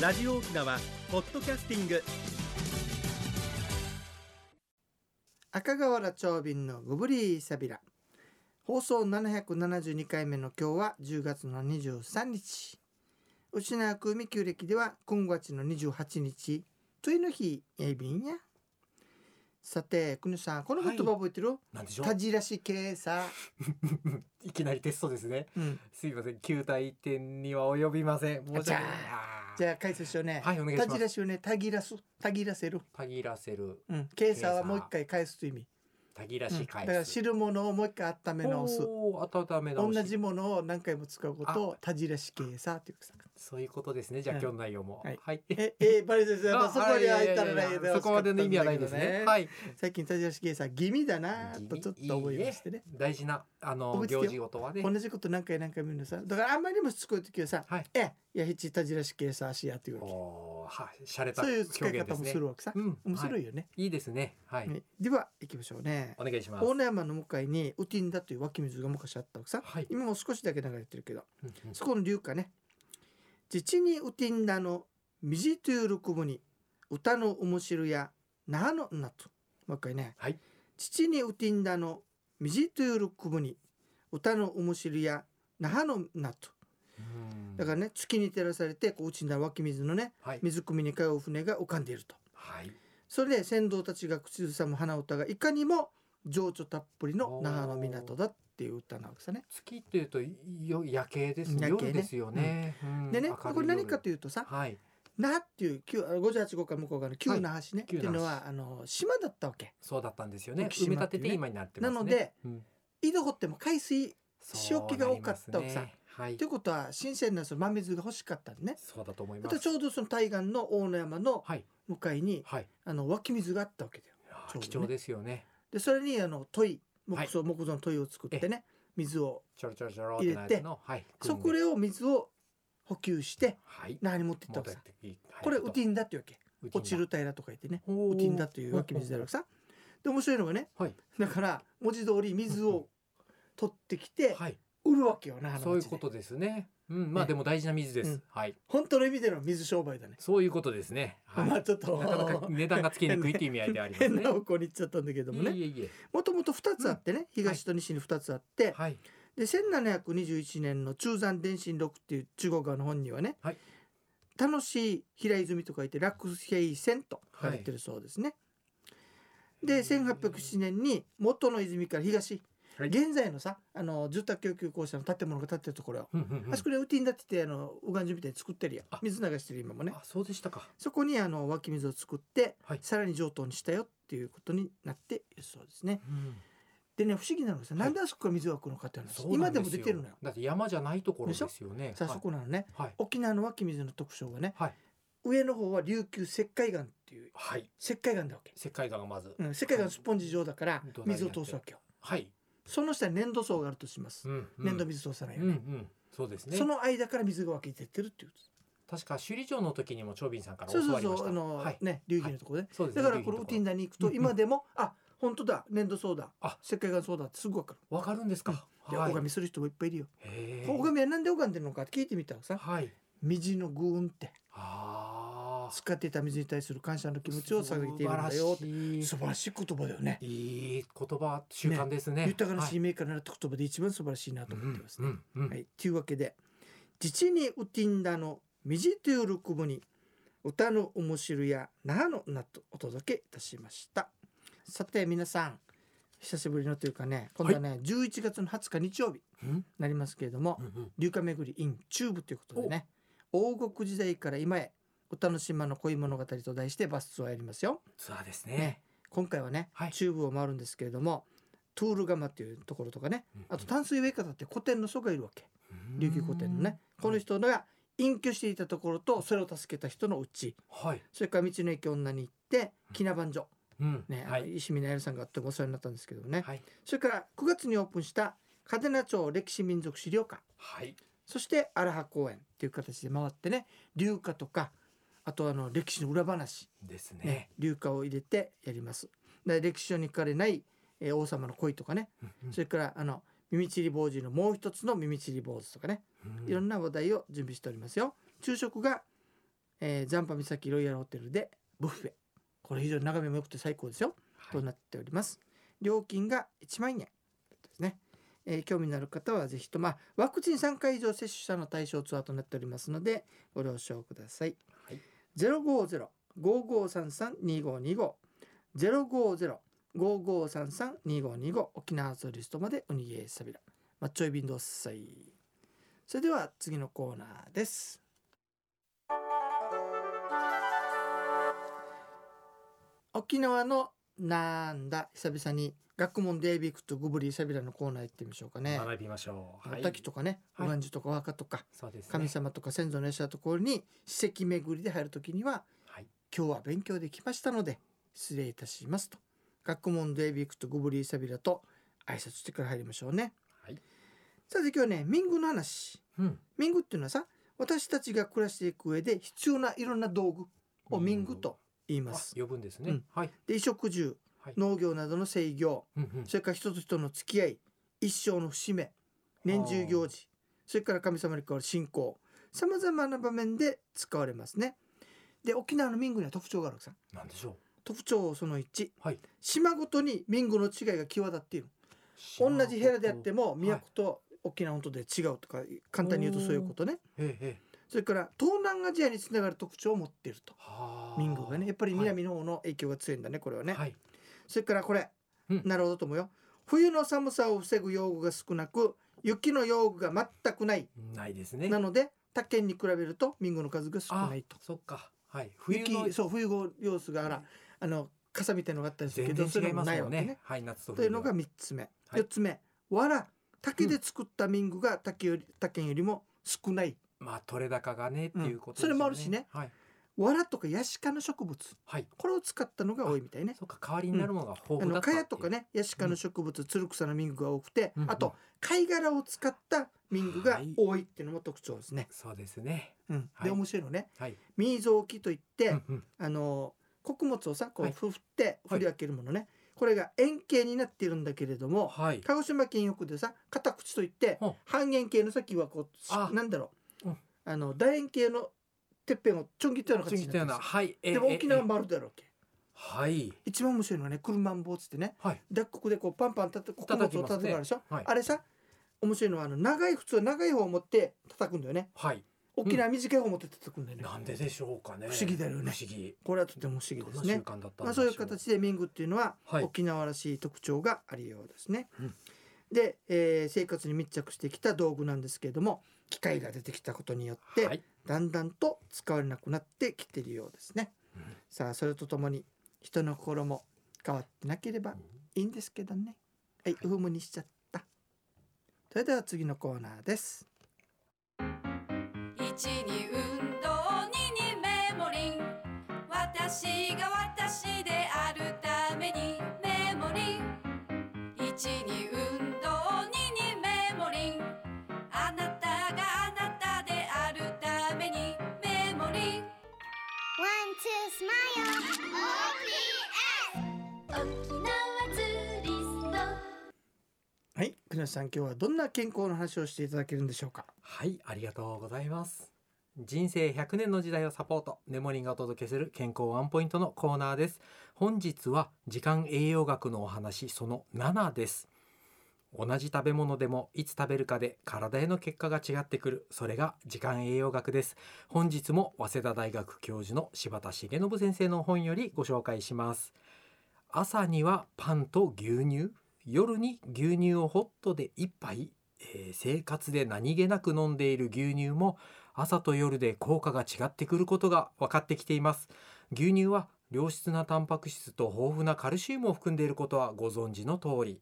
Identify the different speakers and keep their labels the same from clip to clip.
Speaker 1: ラジオ沖縄ポッドキャスティング
Speaker 2: 赤瓦長瓶のゴブリーサビラ放送772回目の今日は10月の23日内縄久美旧暦では今月の28日というの日やいびんやさて国さんこの言葉覚えてる、
Speaker 3: なんでしょ
Speaker 2: たじらしけさ、
Speaker 3: う。いきなりテストですね。
Speaker 2: うん、
Speaker 3: すいません、9対点には及びません。申し訳ない。
Speaker 2: じ
Speaker 3: ゃ
Speaker 2: ゃあ解説しようね、
Speaker 3: はいお願いします
Speaker 2: たじらしをねたぎらすたぎらせる、
Speaker 3: たぎらせる、
Speaker 2: うん、けさはもう一回返すという意味、
Speaker 3: たぎら
Speaker 2: うん
Speaker 3: し
Speaker 2: だか
Speaker 3: 返
Speaker 2: ら
Speaker 3: す。
Speaker 2: 汁物をもう一回温め直す
Speaker 3: おー温め直
Speaker 2: 同
Speaker 3: し。
Speaker 2: じものを何回も使うことをたじらしけさっていうさ
Speaker 3: そういうことですね。じゃあ、
Speaker 2: うん
Speaker 3: 今日の内容も。
Speaker 2: はい
Speaker 3: はい。
Speaker 2: え、え、バレてる。やっぱそこに入ったらない
Speaker 3: や
Speaker 2: け
Speaker 3: いやい
Speaker 2: ど。
Speaker 3: やそこまでの意味はないですね。はいい。
Speaker 2: 最近、田島茂さん、気味だな
Speaker 3: ギ
Speaker 2: と
Speaker 3: リ
Speaker 2: ちょっと思いましてね。
Speaker 3: いいえ大事な、あの、
Speaker 2: 覚えててよ
Speaker 3: 行事事はね。
Speaker 2: 同じこと何回何回も言うのさ。だからあんまりにもしつこい時はさ、
Speaker 3: はい
Speaker 2: え、いや、ひち田島茂さ、足やっていうわけ。
Speaker 3: おーは、しゃれた
Speaker 2: そうい
Speaker 3: 表
Speaker 2: う
Speaker 3: 現
Speaker 2: 使い
Speaker 3: で
Speaker 2: 方
Speaker 3: す
Speaker 2: も
Speaker 3: ね
Speaker 2: す。るわけさ。
Speaker 3: うん。
Speaker 2: 面白
Speaker 3: はい
Speaker 2: よね。
Speaker 3: い。いいですね。はい。
Speaker 2: ねでは、行きましょうね
Speaker 3: お。願いします。
Speaker 2: 大野山の向かいに、ウティンダという湧き水が昔あったわけさ。
Speaker 3: はい。
Speaker 2: 今も少しだけ流れてるけど、
Speaker 3: うんうん
Speaker 2: そこの流下ね。父にウティンダの水というるくもに、歌の面白や、なはのなと。もう一回ね。
Speaker 3: はい。。
Speaker 2: 父にうてんだのみじとゆるくぶに歌のおもしるや那覇のなとだかららね月に照らされてこううちんだ湧き水のね
Speaker 3: はい。
Speaker 2: 水汲みに通う船が浮かんでいると
Speaker 3: はい。
Speaker 2: それで船頭たちが口ずさむ花歌がいかにも情緒たっぷりの那覇の港だっていう歌なわけさね。
Speaker 3: 月っていうとよ夜景ですね。
Speaker 2: 夜景ね
Speaker 3: 夜ですよね。うん
Speaker 2: でね
Speaker 3: 明るい
Speaker 2: これ何かと
Speaker 3: 夜
Speaker 2: いうとさ
Speaker 3: はい。
Speaker 2: 那覇っていう旧あの58号から向こう側の旧
Speaker 3: はい
Speaker 2: 那覇市ね、
Speaker 3: 旧
Speaker 2: ってい
Speaker 3: 那
Speaker 2: う
Speaker 3: 覇市
Speaker 2: のはあの島だったわけ。
Speaker 3: そうだったんですよね。
Speaker 2: 浮島
Speaker 3: 埋め立て
Speaker 2: っていう
Speaker 3: て
Speaker 2: ね
Speaker 3: 今になってますね。
Speaker 2: なので
Speaker 3: うん、
Speaker 2: 井戸掘っても海水
Speaker 3: そう
Speaker 2: 塩気が多かった
Speaker 3: なりますね
Speaker 2: 奥
Speaker 3: はい
Speaker 2: とい。うことは新鮮なその真水が欲しかったんね。
Speaker 3: そうだと思い
Speaker 2: ま
Speaker 3: ま
Speaker 2: た
Speaker 3: す。
Speaker 2: ちょうどその対岸の大野山の
Speaker 3: はい。
Speaker 2: 向かいに
Speaker 3: はい。
Speaker 2: あの湧き水があったわけだよ。
Speaker 3: いや
Speaker 2: ちょ
Speaker 3: ー
Speaker 2: うどね
Speaker 3: 貴重ですよね。
Speaker 2: でそれにあの問い木
Speaker 3: はい
Speaker 2: 造、木造の問いを作ってね水を
Speaker 3: ちょろちょろちょろってなるの。はい。
Speaker 2: そこ
Speaker 3: 組んで
Speaker 2: れを水を補給して
Speaker 3: はい。
Speaker 2: 何に持ってった
Speaker 3: 持っ
Speaker 2: わけ
Speaker 3: てっ
Speaker 2: さ。
Speaker 3: ていいはい
Speaker 2: これウティンダっていうわけ。
Speaker 3: ウティンだ
Speaker 2: 落ちる平とか言ってね。
Speaker 3: おー
Speaker 2: ウティンダという湧き水であるわけさ。で面白いのがね
Speaker 3: はい。
Speaker 2: だから文字通り水を取ってきて
Speaker 3: はい。
Speaker 2: 売るわけよな、あの
Speaker 3: そういう
Speaker 2: 町で
Speaker 3: ことですね。うん。まあ
Speaker 2: ね
Speaker 3: でも大事な水で
Speaker 2: う
Speaker 3: す
Speaker 2: ん。
Speaker 3: はい。
Speaker 2: 本当の意味での水商売だね。
Speaker 3: そういうことですね。はい。
Speaker 2: まあ
Speaker 3: な
Speaker 2: ちょっと
Speaker 3: か なか値段がつきにくいっていう意味合いであります
Speaker 2: 変
Speaker 3: ね
Speaker 2: な。方向に行っちゃったんだけどもね。
Speaker 3: いえいえい
Speaker 2: もともと2つあってね、東と西に2つあって、
Speaker 3: え。はい。
Speaker 2: で1721年の中山電信録っていう中国側の本にはね、
Speaker 3: はい
Speaker 2: 楽しい平泉と書いて楽平線と書いてるそうですね、で1807年に元の泉から東、
Speaker 3: はい
Speaker 2: 現在のさあの住宅供給公社の建物が建ってるところよ、
Speaker 3: うんうんうん
Speaker 2: あそこにウティンだっててあのウガンジュみたいに作ってるやん
Speaker 3: あ
Speaker 2: 水流してる今もね
Speaker 3: あ、そうでしたか。
Speaker 2: そこにあの湧き水を作って、
Speaker 3: はい
Speaker 2: さらに上等にしたよっていうことになっているそうですね、
Speaker 3: うん
Speaker 2: でね不思議なのがさ、
Speaker 3: はい
Speaker 2: なんであそこから水が来るのかって話
Speaker 3: そうな
Speaker 2: 今
Speaker 3: ん
Speaker 2: ですも出てるのよ。
Speaker 3: だって山じゃないところですよね。
Speaker 2: さあそこなのね、
Speaker 3: はい。
Speaker 2: 沖縄の湧き水の特徴がね
Speaker 3: はい。
Speaker 2: 上の方は琉球石灰岩っていう
Speaker 3: はい。
Speaker 2: 石灰岩だわけ、
Speaker 3: 石灰岩がまず。
Speaker 2: うん、石灰岩のスポンジ状だから
Speaker 3: はい
Speaker 2: 水を通すわけよ
Speaker 3: はい。
Speaker 2: その下に粘土層があるとします、
Speaker 3: うんうん
Speaker 2: 粘土水通さないよ
Speaker 3: うんう
Speaker 2: ね、
Speaker 3: ん。そうですね
Speaker 2: そ。の間から水が湧き出てるっていう
Speaker 3: 確か首里城の時にも長斌さんから
Speaker 2: そう
Speaker 3: 教
Speaker 2: そ
Speaker 3: わ
Speaker 2: う
Speaker 3: りまし
Speaker 2: そう
Speaker 3: た。
Speaker 2: あの、
Speaker 3: はい。
Speaker 2: ね流儀のところね、
Speaker 3: そうです
Speaker 2: だ
Speaker 3: ね。
Speaker 2: からこのウティン
Speaker 3: だ。
Speaker 2: ダに行くと
Speaker 3: うん
Speaker 2: 今でも、あ本当だ粘土層だ
Speaker 3: あ
Speaker 2: 石灰岩そうだってすぐ分かる
Speaker 3: わかるんですか。
Speaker 2: で
Speaker 3: はい
Speaker 2: 拝みする人もいっぱいいるよ、
Speaker 3: へえ
Speaker 2: 拝みはなんで拝んでるのかって聞いてみたらさ
Speaker 3: はい。
Speaker 2: 水のグーンって
Speaker 3: ああ。
Speaker 2: 使っていた水に対する感謝の気持ちを下げているんだよ
Speaker 3: 素晴らし
Speaker 2: 素晴らしい言葉だよね
Speaker 3: い。いい言葉、習慣ですね。
Speaker 2: 豊かな
Speaker 3: はい
Speaker 2: 使命から習った言葉で一番素晴らしいなと
Speaker 3: う
Speaker 2: 思って
Speaker 3: ん
Speaker 2: ます
Speaker 3: う
Speaker 2: ね。
Speaker 3: んうん
Speaker 2: はい、というわけで「父にウティンダの水というるくぼに歌のおもしるや那覇のな」とお届けいたしましたさて皆さん久しぶりのというかね今度はね、11月の20日日曜日に
Speaker 3: うん
Speaker 2: なりますけれども、
Speaker 3: うんうん
Speaker 2: 龍華巡り in チューブということでね王国時代から今へお楽しまの恋物語と題してバスツアーやりますよ
Speaker 3: ツアーです
Speaker 2: ね
Speaker 3: ね。
Speaker 2: 今回はね、
Speaker 3: はい
Speaker 2: チューブを回るんですけれどもトゥールガマっていうところとかね
Speaker 3: うんうん
Speaker 2: あと淡水ウェイカだって古典の人がいるわけ琉球古典のねこの人が隠居していたところとそれを助けた人のうち
Speaker 3: はい。
Speaker 2: それから道の駅女に行ってきな番所
Speaker 3: うん
Speaker 2: ね、あの
Speaker 3: はい。
Speaker 2: 石見奈さんがとてもお世話になったんですけどもね、
Speaker 3: はい。
Speaker 2: それから9月にオープンした嘉手納町歴史民族資料館
Speaker 3: はい。
Speaker 2: そして荒波公園っていう形で回ってね流歌とかあとあの歴史の裏話
Speaker 3: です
Speaker 2: ね
Speaker 3: ね。、
Speaker 2: 流歌を入れてやります。で歴史書に書かれない、えー王様の恋とかね、
Speaker 3: うん
Speaker 2: それからあの耳ちり坊主のもう一つの耳ちり坊主とかね、
Speaker 3: うん
Speaker 2: いろんな話題を準備しておりますよ。昼食がえー、残波岬ロイヤルホテルでブッフェこれ非常に眺めも良くて最高ですよ、
Speaker 3: は
Speaker 2: となっております料金が1万円ですね、えー興味のある方はぜひとまあワクチン3回以上接種者の対象ツアーとなっておりますのでご了承ください、
Speaker 3: はい、
Speaker 2: 050-5533-2525 050-5533-2525沖縄ツーリストまでおにげさびらマッチョイビンドッサイそれでは次のコーナーです沖縄のなんだ久々に学問デイビックとグブリーサビラのコーナー行ってみましょうかね。
Speaker 3: 学びましょう。
Speaker 2: お滝とかね、
Speaker 3: はい
Speaker 2: おまんじゅうとかお墓とか、
Speaker 3: そうです、ね。
Speaker 2: 神様とか先祖のいらっしゃるところに史跡巡りで入るときには
Speaker 3: はい。
Speaker 2: 今日は勉強できましたので失礼いたしますと学問デイビックとグブリーサビラと挨拶してから入りましょうね。
Speaker 3: はい。
Speaker 2: さて今日はね民具の話
Speaker 3: うん。
Speaker 2: 民具っていうのはさ私たちが暮らしていく上で必要ないろんな道具を民具と言い
Speaker 3: あ。
Speaker 2: ます。
Speaker 3: 呼ぶんですね。
Speaker 2: うん
Speaker 3: はい。
Speaker 2: で衣食住
Speaker 3: はい。
Speaker 2: 農業などの制御
Speaker 3: うんうん。
Speaker 2: それから人と人の付き合い一生の節目年中行事それから神様に関わる信仰さまざまな場面で使われますね。で沖縄の民具には特徴があるわけさ
Speaker 3: なんでしょ
Speaker 2: 特徴その1
Speaker 3: う。はい。
Speaker 2: 島ごとに民具の違いが際立っている同じ部屋であって
Speaker 3: も。
Speaker 2: も都と沖縄本島で違うとか簡単に言うとそういうことね
Speaker 3: ええええ。
Speaker 2: それから東南アジアにつながる特徴を持っていると
Speaker 3: はあ。
Speaker 2: 民具がねやっぱり南の方の影響が強いんだねこれはね。
Speaker 3: はい。
Speaker 2: それからこれ、
Speaker 3: うん
Speaker 2: なるほどと思うよ冬の寒さを防ぐ用具が少なく雪の用具が全くない
Speaker 3: ないですね。
Speaker 2: なので他県に比べると民具の数が少
Speaker 3: あ
Speaker 2: ないと
Speaker 3: そっか。はい。冬の
Speaker 2: 雪そう冬後様子があらあの傘みたいのがあったりするけ
Speaker 3: 全
Speaker 2: どそ
Speaker 3: 然
Speaker 2: れ
Speaker 3: 違いま
Speaker 2: な
Speaker 3: す
Speaker 2: い
Speaker 3: よ
Speaker 2: わけ
Speaker 3: ね
Speaker 2: ね。
Speaker 3: はい。夏と
Speaker 2: というのが
Speaker 3: 冬
Speaker 2: 3つ目、
Speaker 3: はい
Speaker 2: 4つ目わら竹で作った民具が竹より他県よりも少ない
Speaker 3: まあ取れ高がねっていうこと
Speaker 2: うんそれもあ
Speaker 3: で
Speaker 2: る
Speaker 3: す
Speaker 2: し
Speaker 3: よ
Speaker 2: ね。
Speaker 3: はい。
Speaker 2: わらとかヤシ科の植物
Speaker 3: はい。
Speaker 2: これを使ったのが多いみたいね
Speaker 3: そっか代わりになるものが豊
Speaker 2: あ
Speaker 3: 富だ
Speaker 2: の
Speaker 3: っ
Speaker 2: カ
Speaker 3: たっていう
Speaker 2: ヤとか。ねヤシ科の植物、ツルクサの民具が多くて、
Speaker 3: うんうん
Speaker 2: あと貝殻を使った民具が多いっていうのも特徴ですね。
Speaker 3: そうですね。
Speaker 2: うん、
Speaker 3: はい
Speaker 2: で面白いのね
Speaker 3: はい。
Speaker 2: ミーゾーキといって、
Speaker 3: うんうん
Speaker 2: あの穀物をさこう
Speaker 3: はい
Speaker 2: ふって振り分けるものね、これが円形になっているんだけれども、
Speaker 3: はい。
Speaker 2: 鹿児島県北でさ片口といって、
Speaker 3: ほう
Speaker 2: 半円形の先はこ
Speaker 3: あ
Speaker 2: うなんだろう、
Speaker 3: うん
Speaker 2: あの楕円形のてっぺんをちょん切ったような形
Speaker 3: 次
Speaker 2: に
Speaker 3: 行
Speaker 2: なったてる
Speaker 3: っようなん
Speaker 2: です
Speaker 3: はい。え
Speaker 2: でも沖縄は
Speaker 3: ええ
Speaker 2: 丸だろうけ
Speaker 3: はい。
Speaker 2: 一番面白いのはね車ん棒っつってね
Speaker 3: はい。
Speaker 2: 脱穀でこうパンパンたた穀物を
Speaker 3: 叩きます
Speaker 2: 叩
Speaker 3: ね
Speaker 2: くあるでしょ、
Speaker 3: はい
Speaker 2: あれさ面白いのはあの長い普通は長い方を持って叩くんだよね
Speaker 3: はい。
Speaker 2: 沖縄は短い方を持って叩くんだよね、
Speaker 3: なんででしょうかね。
Speaker 2: 不思議だよね
Speaker 3: 不思議。
Speaker 2: これはとても不思議
Speaker 3: どん
Speaker 2: で
Speaker 3: な
Speaker 2: す
Speaker 3: 習
Speaker 2: ね
Speaker 3: 慣だったんでしょ
Speaker 2: まあ、そういう形で民具っていうのは
Speaker 3: はい
Speaker 2: 沖縄らしい特徴があるようですね、
Speaker 3: うん
Speaker 2: で、えー生活に密着してきた道具なんですけれども機械が出てきたことによって、
Speaker 3: はい。
Speaker 2: だんだんと使われなくなってきているようですね、
Speaker 3: うん
Speaker 2: さあそれとともに人の心も変わってなければいいんですけどねはい、ウフムにしちゃったそれでは次のコーナーです
Speaker 4: 一に運動二にメモリン私が私であるためにメモリン一に運動二にメモリンあなたがあなたであるためにメモリン
Speaker 5: One, two, smile. OPS. Okinawa Tourist.
Speaker 2: はい国吉さん今日はどんな健康の話をしていただけるんでしょうか
Speaker 3: はい、ありがとうございます。人生100年の時代をサポート、ネモリンがお届けする健康ワンポイントのコーナーです。本日は時間栄養学のお話その7です。同じ食べ物でもいつ食べるかで体への結果が違ってくる。それが時間栄養学です。本日も早稲田大学教授の柴田重信先生の本よりご紹介します。朝にはパンと牛乳、夜に牛乳をホットで1杯、えー生活で何気なく飲んでいる牛乳も朝と夜で効果が違ってくることが分かってきています牛乳は良質なタンパク質と豊富なカルシウムを含んでいることはご存知の通り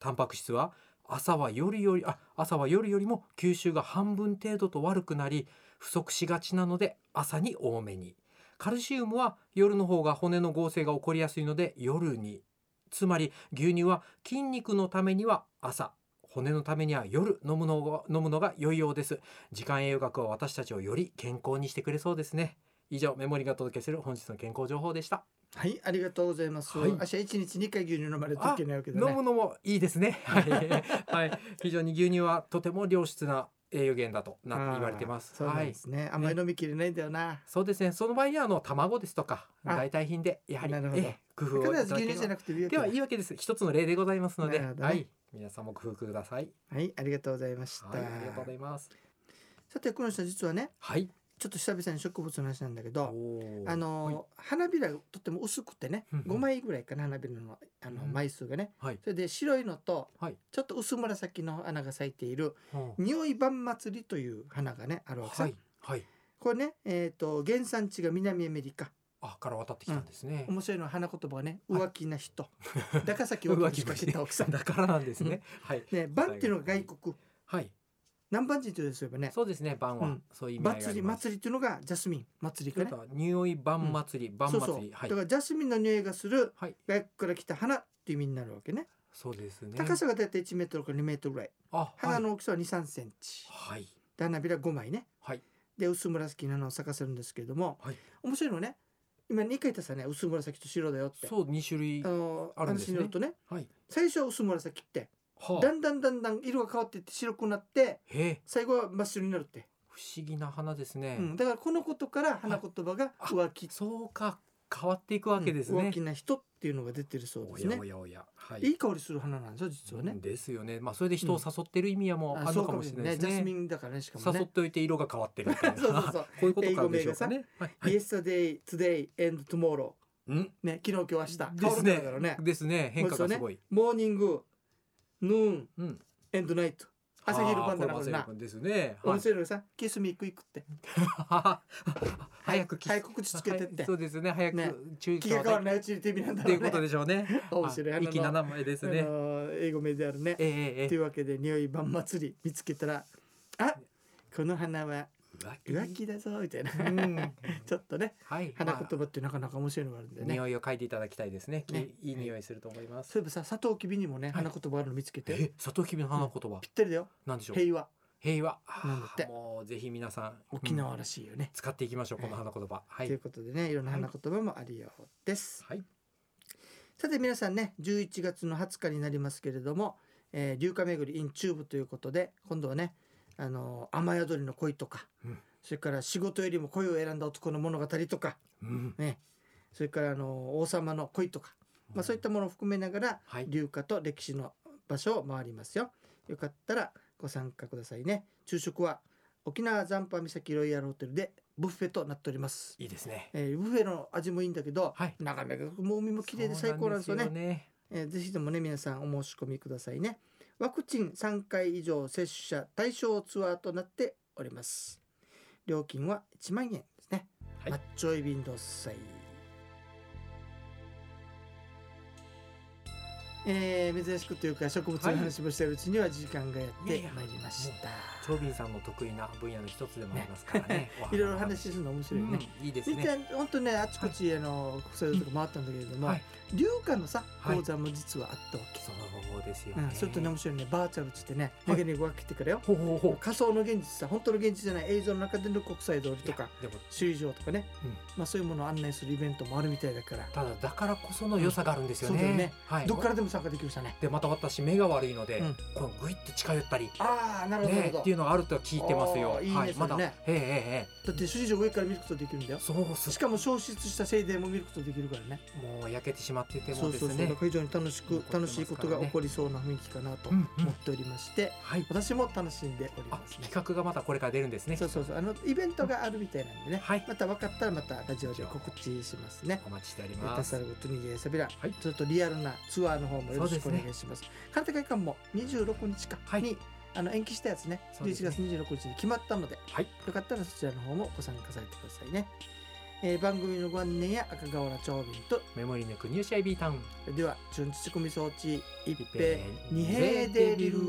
Speaker 3: タンパク質は朝は夜よりあ朝は夜よりも吸収が半分程度と悪くなり不足しがちなので朝に多めにカルシウムは夜の方が骨の合成が起こりやすいので夜につまり牛乳は筋肉のためには朝骨のためには夜飲むのが飲むのが良いようです時間栄養学は私たちをより健康にしてくれそうですね以上メモリがお届けする本日の健康情報でした
Speaker 2: はいありがとうございます、
Speaker 3: はい
Speaker 2: 明日一日二回牛乳飲まれるといけないわけだ
Speaker 3: 飲
Speaker 2: ね
Speaker 3: むのもいいですねはい、はい、非常に牛乳はとても良質な栄養源だとな
Speaker 2: あー
Speaker 3: 言われてます。
Speaker 2: そうな
Speaker 3: は
Speaker 2: ん
Speaker 3: い
Speaker 2: で。すね。あんまり飲みきれないんだよな。
Speaker 3: そうですね。その場合にはあの卵ですとか
Speaker 2: あ
Speaker 3: 代替品でやはり
Speaker 2: なるほど
Speaker 3: ええ工
Speaker 2: だ
Speaker 3: 夫
Speaker 2: か
Speaker 3: をい
Speaker 2: ら
Speaker 3: た
Speaker 2: 牛
Speaker 3: だけれ
Speaker 2: 乳じゃ
Speaker 3: ば
Speaker 2: なくていいわけ
Speaker 3: で
Speaker 2: だ
Speaker 3: はいいわけです。一つの例でございますので、
Speaker 2: なるほどね
Speaker 3: はい。皆さんも工夫ください。
Speaker 2: はい、ありがとうございました。
Speaker 3: はい。ありがとうございます。
Speaker 2: さて、この人実はね、
Speaker 3: はい。
Speaker 2: ちょっと久々に植物の話なんだけ
Speaker 3: お
Speaker 2: ど、
Speaker 3: ー
Speaker 2: あの花びらがとっても薄くてね
Speaker 3: うん、うん
Speaker 2: 5枚ぐらいかな花びらのあの
Speaker 3: うん
Speaker 2: 枚数がね。
Speaker 3: はい。
Speaker 2: それで白いのと
Speaker 3: はい
Speaker 2: ちょっと薄紫の花が咲いている
Speaker 3: うん
Speaker 2: 匂い番祭りという花がねあるわけさ、
Speaker 3: はい。はい。
Speaker 2: これね、えー、と原産地が南アメリカ
Speaker 3: あから渡ってきたんですね。
Speaker 2: 面白いのは花言葉がね
Speaker 3: はい
Speaker 2: 浮気な人、高崎を
Speaker 3: 浮
Speaker 2: 浮
Speaker 3: 気
Speaker 2: 気
Speaker 3: が
Speaker 2: かし
Speaker 3: し
Speaker 2: ててた
Speaker 3: た奥
Speaker 2: 奥さ
Speaker 3: さん
Speaker 2: ん
Speaker 3: だ
Speaker 2: だ
Speaker 3: からなんですね。はい。
Speaker 2: ねバンっていうのが外国
Speaker 3: はい。
Speaker 2: 南蛮人というすればね
Speaker 3: そうですね。晩
Speaker 2: う
Speaker 3: は
Speaker 2: ん
Speaker 3: そういう意味合いがあ
Speaker 2: 祭
Speaker 3: り
Speaker 2: り
Speaker 3: ます。
Speaker 2: 祭りっていうのがジャスミン祭り
Speaker 3: ちょ
Speaker 2: か
Speaker 3: っ
Speaker 2: ね
Speaker 3: と匂い晩祭り、晩
Speaker 2: そうそう、
Speaker 3: 祭り。は
Speaker 2: だ
Speaker 3: い
Speaker 2: か。らジャスミンの匂いがする
Speaker 3: はい。
Speaker 2: 外国から来た花っていう意味になるわけね
Speaker 3: そうですね。
Speaker 2: 高さがだいたい1メートルから2メートルぐらい
Speaker 3: あ、
Speaker 2: 花の大きさは2、3センチ
Speaker 3: はい。
Speaker 2: で花びら5枚ね
Speaker 3: はい。
Speaker 2: で薄紫の花を咲かせるんですけれども、
Speaker 3: はい
Speaker 2: 面白いのはね今2回言ったさね薄紫と白だよって
Speaker 3: そう、二種類
Speaker 2: あ。の
Speaker 3: あるんで
Speaker 2: 話
Speaker 3: すね
Speaker 2: によるとね
Speaker 3: はい。
Speaker 2: 最初は薄紫って
Speaker 3: は
Speaker 2: だ
Speaker 3: あ。
Speaker 2: んだんだんだん色が変わっていって白くなって
Speaker 3: へえ、
Speaker 2: 最後は真っ白になるって、
Speaker 3: 不思議な花ですね
Speaker 2: う。ん、だからこのことから花言葉が
Speaker 3: あ
Speaker 2: 浮気
Speaker 3: そうか、変わっていくわけです
Speaker 2: うん
Speaker 3: ね
Speaker 2: 浮気。な人っていうのが出てるそう
Speaker 3: お
Speaker 2: です
Speaker 3: や
Speaker 2: ね
Speaker 3: おやおや。はい。
Speaker 2: いい香りする花なんですよ実はね、
Speaker 3: ですよね。まあ、それで人を誘ってる意味はもうある
Speaker 2: そ
Speaker 3: の
Speaker 2: う
Speaker 3: かもしれない
Speaker 2: ジ
Speaker 3: で
Speaker 2: ャ
Speaker 3: す
Speaker 2: スミ
Speaker 3: ね。
Speaker 2: ンだからねしかも
Speaker 3: 誘っ
Speaker 2: ね
Speaker 3: ておいて色が変わってるみたい な。
Speaker 2: そうそうそう
Speaker 3: こういうことなんでしょうかね。はい。はい
Speaker 2: Yesterday, today and tomorrow
Speaker 3: うん。
Speaker 2: ね昨日今日明日
Speaker 3: ですね
Speaker 2: 香るからね。
Speaker 3: ですね。変化がすごい。
Speaker 2: モーニングヌーン
Speaker 3: うん。
Speaker 2: エンドナイト朝昼晩だな
Speaker 3: あ
Speaker 2: こ
Speaker 3: ーこ
Speaker 2: れ
Speaker 3: れ
Speaker 2: な
Speaker 3: もですね。は
Speaker 2: 面
Speaker 3: い
Speaker 2: 白いのがさキスミ行く行くって
Speaker 3: 早く聞き
Speaker 2: 早く口つけてっ
Speaker 3: はい
Speaker 2: て
Speaker 3: そうですね。早
Speaker 2: ね
Speaker 3: く注意
Speaker 2: 気
Speaker 3: して
Speaker 2: が
Speaker 3: く
Speaker 2: 変わら
Speaker 3: ださ
Speaker 2: ないうちに手見なん
Speaker 3: い
Speaker 2: だ
Speaker 3: って
Speaker 2: ろ
Speaker 3: いううこと
Speaker 2: ね
Speaker 3: でしょうね。
Speaker 2: 面白い
Speaker 3: あ
Speaker 2: あの
Speaker 3: 粋な名前です
Speaker 2: あ
Speaker 3: ね。
Speaker 2: の英語名であるね
Speaker 3: ええええ
Speaker 2: とい
Speaker 3: え
Speaker 2: うわけで匂い晩祭り見つけたらあこの花は
Speaker 3: え。
Speaker 2: 浮気だぞみたいな
Speaker 3: うん。
Speaker 2: ちょっとね
Speaker 3: はい。
Speaker 2: 花
Speaker 3: まあ
Speaker 2: 言葉ってなかなか面白いのがあるんだよね
Speaker 3: 匂いを嗅いでいただきたいですね。き
Speaker 2: ね
Speaker 3: いい匂いすると思います。
Speaker 2: そういえばさサトウキビにもね花言葉あるの見つけてぴっ
Speaker 3: え、サトウキビの花言葉。
Speaker 2: たりだよ
Speaker 3: なんでしょう。
Speaker 2: 平和
Speaker 3: 平和。
Speaker 2: なんだって
Speaker 3: あーもうぜひ皆さん。
Speaker 2: 沖
Speaker 3: うん
Speaker 2: 縄らしいよね
Speaker 3: 使っていきましょう。この花言葉。は
Speaker 2: と
Speaker 3: い
Speaker 2: いう。ことでねいろんな花言葉もありようです
Speaker 3: はい。
Speaker 2: さて皆さんね11月の20日になりますけれども「えー、流化巡り in チューブ」ということで今度はね、あのー雨宿りの恋とか、
Speaker 3: うん
Speaker 2: それから仕事よりも恋を選んだ男の物語とか、
Speaker 3: うん。
Speaker 2: ね、それから、あのー王様の恋とか、まあ、そういったものを含めながら、
Speaker 3: はい
Speaker 2: 流化と歴史の場所を回りますよ。よかったらご参加くださいね。昼食は沖縄残波岬ロイヤルホテルでブッフェとなっております。
Speaker 3: いいですね。
Speaker 2: えーブッフェの味もいいんだけど、
Speaker 3: はい
Speaker 2: 眺めがもう海も綺麗で最高なんですよね
Speaker 3: そう。ね。
Speaker 2: えーぜひともね皆さんお申し込みくださいねワクチン3回以上接種者対象ツアーとなっております料金は1万円ですね、
Speaker 3: はい
Speaker 2: マッチョイビンドッサイえー珍しくというか植物の話もしてるうちには時間がやってまいりました、
Speaker 3: 長敏さんの得意な分野の一つでもありますか らね。お花
Speaker 2: い、ろいろ話するの面白いよね、
Speaker 3: うんいいです
Speaker 2: 実
Speaker 3: ね。
Speaker 2: は本当ねあちこち、あの国際とか回ったんだけれども、
Speaker 3: はい。
Speaker 2: 流化のさ
Speaker 3: はい
Speaker 2: 講座も実はあったわけ、
Speaker 3: そうですよ
Speaker 2: う
Speaker 3: ね
Speaker 2: ん、。それとね面白いねバーチャルっつってね
Speaker 3: はい
Speaker 2: メガネが来てからよ、
Speaker 3: ほうほうほう。
Speaker 2: 仮想の現実さ本当の現実じゃない映像の中での国際通りと
Speaker 3: い
Speaker 2: か
Speaker 3: やでも
Speaker 2: 首里城とかね、
Speaker 3: うん
Speaker 2: まあそういうものを案内するイベントもあるみたいだから、
Speaker 3: ただだからこその良さがあるんですよね。
Speaker 2: そうだよね
Speaker 3: はい。
Speaker 2: どっからでも参加できましたね
Speaker 3: でまた私目が悪いので、
Speaker 2: うん
Speaker 3: このグイって近寄ったり。
Speaker 2: ああなるほどなる
Speaker 3: ね、
Speaker 2: ほど、
Speaker 3: っていうのがあるとは聞いてますよ。
Speaker 2: あーいいね
Speaker 3: はい、
Speaker 2: それ
Speaker 3: ま
Speaker 2: ね
Speaker 3: だ、えええええ
Speaker 2: だって首里城上から見ることできるんだ
Speaker 3: え、
Speaker 2: よ
Speaker 3: そうす
Speaker 2: しかも消失した正殿も見ることできるからね
Speaker 3: もう焼けてしまってて
Speaker 2: そ
Speaker 3: も
Speaker 2: う
Speaker 3: で
Speaker 2: そうそ
Speaker 3: す
Speaker 2: う、
Speaker 3: ね。
Speaker 2: だから非常に楽しく
Speaker 3: 残ってま
Speaker 2: 楽
Speaker 3: す
Speaker 2: しいことが起こりそうな雰囲気かなと
Speaker 3: うん
Speaker 2: 思
Speaker 3: うん
Speaker 2: っておりまして、
Speaker 3: はい。
Speaker 2: 私も楽しんでおり
Speaker 3: あ
Speaker 2: ますね
Speaker 3: 企画がまたこれから出るんですね。
Speaker 2: そうそうそうあのイベントがあるみたいなんでね、
Speaker 3: はい
Speaker 2: また分かったらまたラジオで告知しますね
Speaker 3: お待ちしており
Speaker 2: えー
Speaker 3: ま
Speaker 2: タ
Speaker 3: す
Speaker 2: サ。ルゴトゥニゲーサビラ、
Speaker 3: い
Speaker 2: ちょっとリアルなツアーの方もよろしく
Speaker 3: そ
Speaker 2: お
Speaker 3: うですね
Speaker 2: 願いします。官邸会館も26日かに、
Speaker 3: はい
Speaker 2: あの延期したやつね、
Speaker 3: そうで
Speaker 2: 11
Speaker 3: すね
Speaker 2: 月26日に決まったので、
Speaker 3: はい
Speaker 2: よかったらそちらの方もご参加されてくださいね。えー番組のご案内や赤瓦長瓶と、
Speaker 3: メモリーの国吉 IB タウン。
Speaker 2: では、純土込み装置、一
Speaker 3: 一
Speaker 2: 平二平でビル。